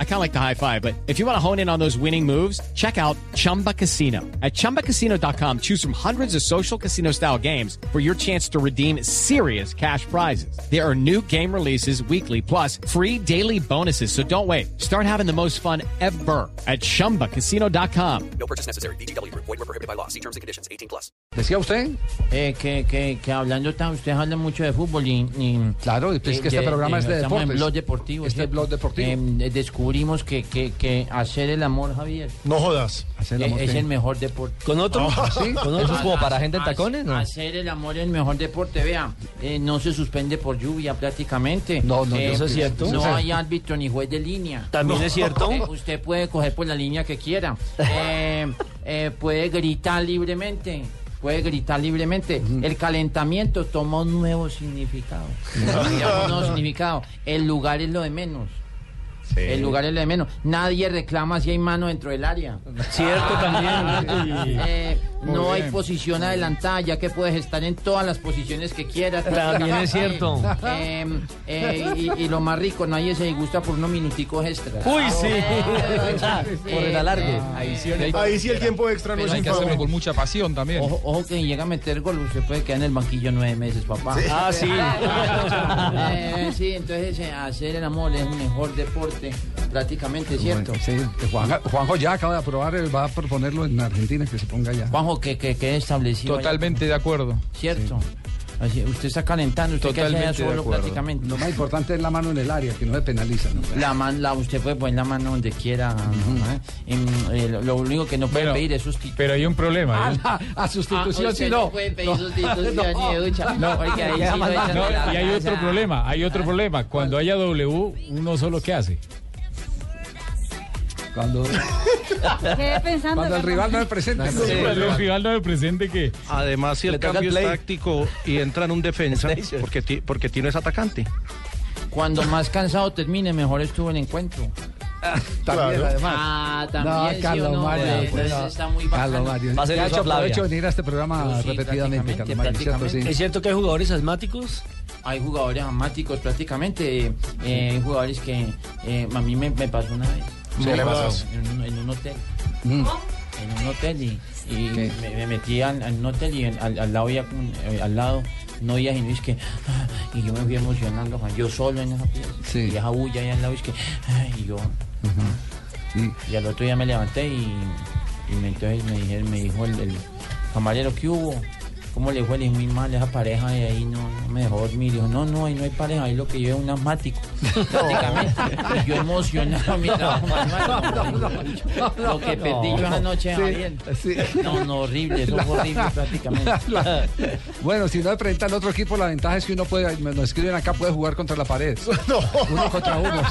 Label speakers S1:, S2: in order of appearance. S1: I kind of like the high five, but if you want to hone in on those winning moves, check out Chumba Casino. At chumbacasino.com, choose from hundreds of social casino style games for your chance to redeem serious cash prizes. There are new game releases weekly, plus free daily bonuses. So don't wait. Start having the most fun ever at chumbacasino.com.
S2: No purchase necessary. BGW. Void were prohibited by law. See terms and conditions. 18 plus.
S3: ¿Decía usted?
S4: Eh, que, que, que hablando, tan- usted habla mucho de fútbol y... y-
S3: Claro, y pues
S4: eh,
S3: que este
S4: de-
S3: programa
S4: eh,
S3: es de
S4: estamos
S3: deportes.
S4: en blog deportivo.
S3: Este es
S4: ¿cierto?
S3: blog deportivo.
S4: Em, eh, descubrimos que, que, que hacer el amor, Javier,
S5: No jodas.
S3: Hacer el
S4: eh,
S3: amor,
S4: es
S3: ¿qué?
S4: el mejor deporte.
S6: ¿Con otro?
S3: ¿sí?
S6: ¿Con otro? es como
S4: Ha-
S6: para gente en
S4: ha-
S6: tacones, ¿no?
S4: Hacer el amor es el mejor deporte, vea. eh, no se suspende por lluvia prácticamente.
S3: No, no,
S4: Eh,
S3: eso es
S6: cierto.
S4: No
S3: O sea-
S4: hay árbitro ni juez de línea.
S6: También es cierto.
S4: Eh, usted puede coger por la línea que quiera. Eh, eh, puede gritar libremente. Puede gritar libremente. El calentamiento toma un nuevo significado. Toma un nuevo significado. El lugar es lo de menos. El lugar es lo de menos. Nadie reclama si hay mano dentro del área.
S6: Cierto también.
S4: Eh, no hay posición adelantada, ya que puedes estar en todas las posiciones que quieras.
S6: También es cierto.
S4: Eh, eh, y, y lo más rico, nadie se disgusta por unos minuticos extras. Ah,
S6: Uy, sí.
S4: Por
S6: Por el alargue.
S4: Ah, Ahí sí.
S5: Ahí sí el tiempo extra no
S4: Pero
S6: pues,
S5: es
S4: hay que
S5: infame.
S7: con mucha pasión también.
S6: Oh,
S4: Ojo, ojo que llega a meter gol, usted puede quedar en el banquillo nueve meses, papá.
S6: Ah, sí.
S4: Eh, sí, entonces eh, hacer el amor es el mejor deporte, prácticamente, ¿cierto?
S3: Sí, que Juan- Juanjo ya acaba de aprobar, eh, va a proponerlo en Argentina, que se ponga ya.
S4: Juanjo, que que que establecido. allá,
S7: Totalmente de acuerdo.
S4: ¿Cierto? Así, usted está calentando, usted que hace allá
S7: Totalmente de
S4: solo
S7: acuerdo.
S4: prácticamente.
S3: Lo más importante es la mano en el área, que no le penaliza. ¿no?
S4: La man, la, usted puede poner la mano donde quiera. ¿no? ¿Eh? Em, eh, lo, lo único que no puede
S7: Bueno,
S4: pedir es sustitución. Ah,
S7: Pero hay un problema.
S3: A,
S7: ¿eh?
S3: la- a sustitución, si no.
S4: puede pedir sustitución ni de ducha. No, porque ahí sí lo echan
S7: No,
S4: de la
S7: y hay otro
S4: casa.
S7: problema, hay otro problema. Cuando haya W, uno solo que hace.
S3: Cuando,
S8: Quedé pensando.
S3: cuando el
S8: ¿verdad?
S3: rival no le presenta. ¿no?
S7: Cuando el rival no me presente que
S9: Además, si
S6: Le
S9: el
S6: toca
S9: cambio
S6: play.
S9: es táctico y entra en un defensa,
S6: Station.
S9: porque, ti- porque tiene es atacante.
S4: Cuando más cansado termine, mejor estuvo el encuentro.
S3: También,
S5: Claro.
S3: además.
S4: Ah,
S3: No, Carlos Mario. pues, no. Carlos Mario.
S6: Pásenle
S3: Ya ha
S6: eso
S3: hecho
S6: a Flavia.
S3: provecho de venir a este programa
S4: Sí,
S3: repetidamente, Carlos Mario,
S4: prácticamente,
S3: ¿cierto? Sí.
S6: ¿Es cierto que hay jugadores asmáticos?
S4: Hay jugadores amáticos prácticamente, eh, eh, hay jugadores que eh, a mí me, me pasó una vez.
S5: ¿Qué le pasó?
S4: En un, en un hotel.
S3: Mm.
S4: En un hotel y, y
S3: ¿Qué?
S4: me, me metí al, al hotel y en- al, al lado ya con- eh, al lado no oía y es que ah, y yo me fui emocionando, o sea, yo solo en esa pieza.
S3: Sí.
S4: Y esa bulla ahí al lado es que ay, y yo
S3: Y-
S4: y al otro día me levanté y, y me, entonces me, dije- me dijo el, el camarero, ¿qué hubo? ¿Cómo le fue? Le dije, muy mal esa pareja y ahí no, no me dejó dormir. Dijo, no, no, ahí no hay pareja, ahí lo que yo es un asmático. Prácticamente. yo emocionado mi trabajo.
S3: no, no, no, no,
S4: lo que perdí yo esa noche,
S3: Sí,
S4: Javier.
S3: sí.
S4: No, no, horrible, eso fue horrible prácticamente.
S3: Bueno, si no le presenta al otro equipo, la ventaja es que uno puede, me nos escriben acá, puede jugar contra la pared.
S5: No.
S3: Uno contra uno.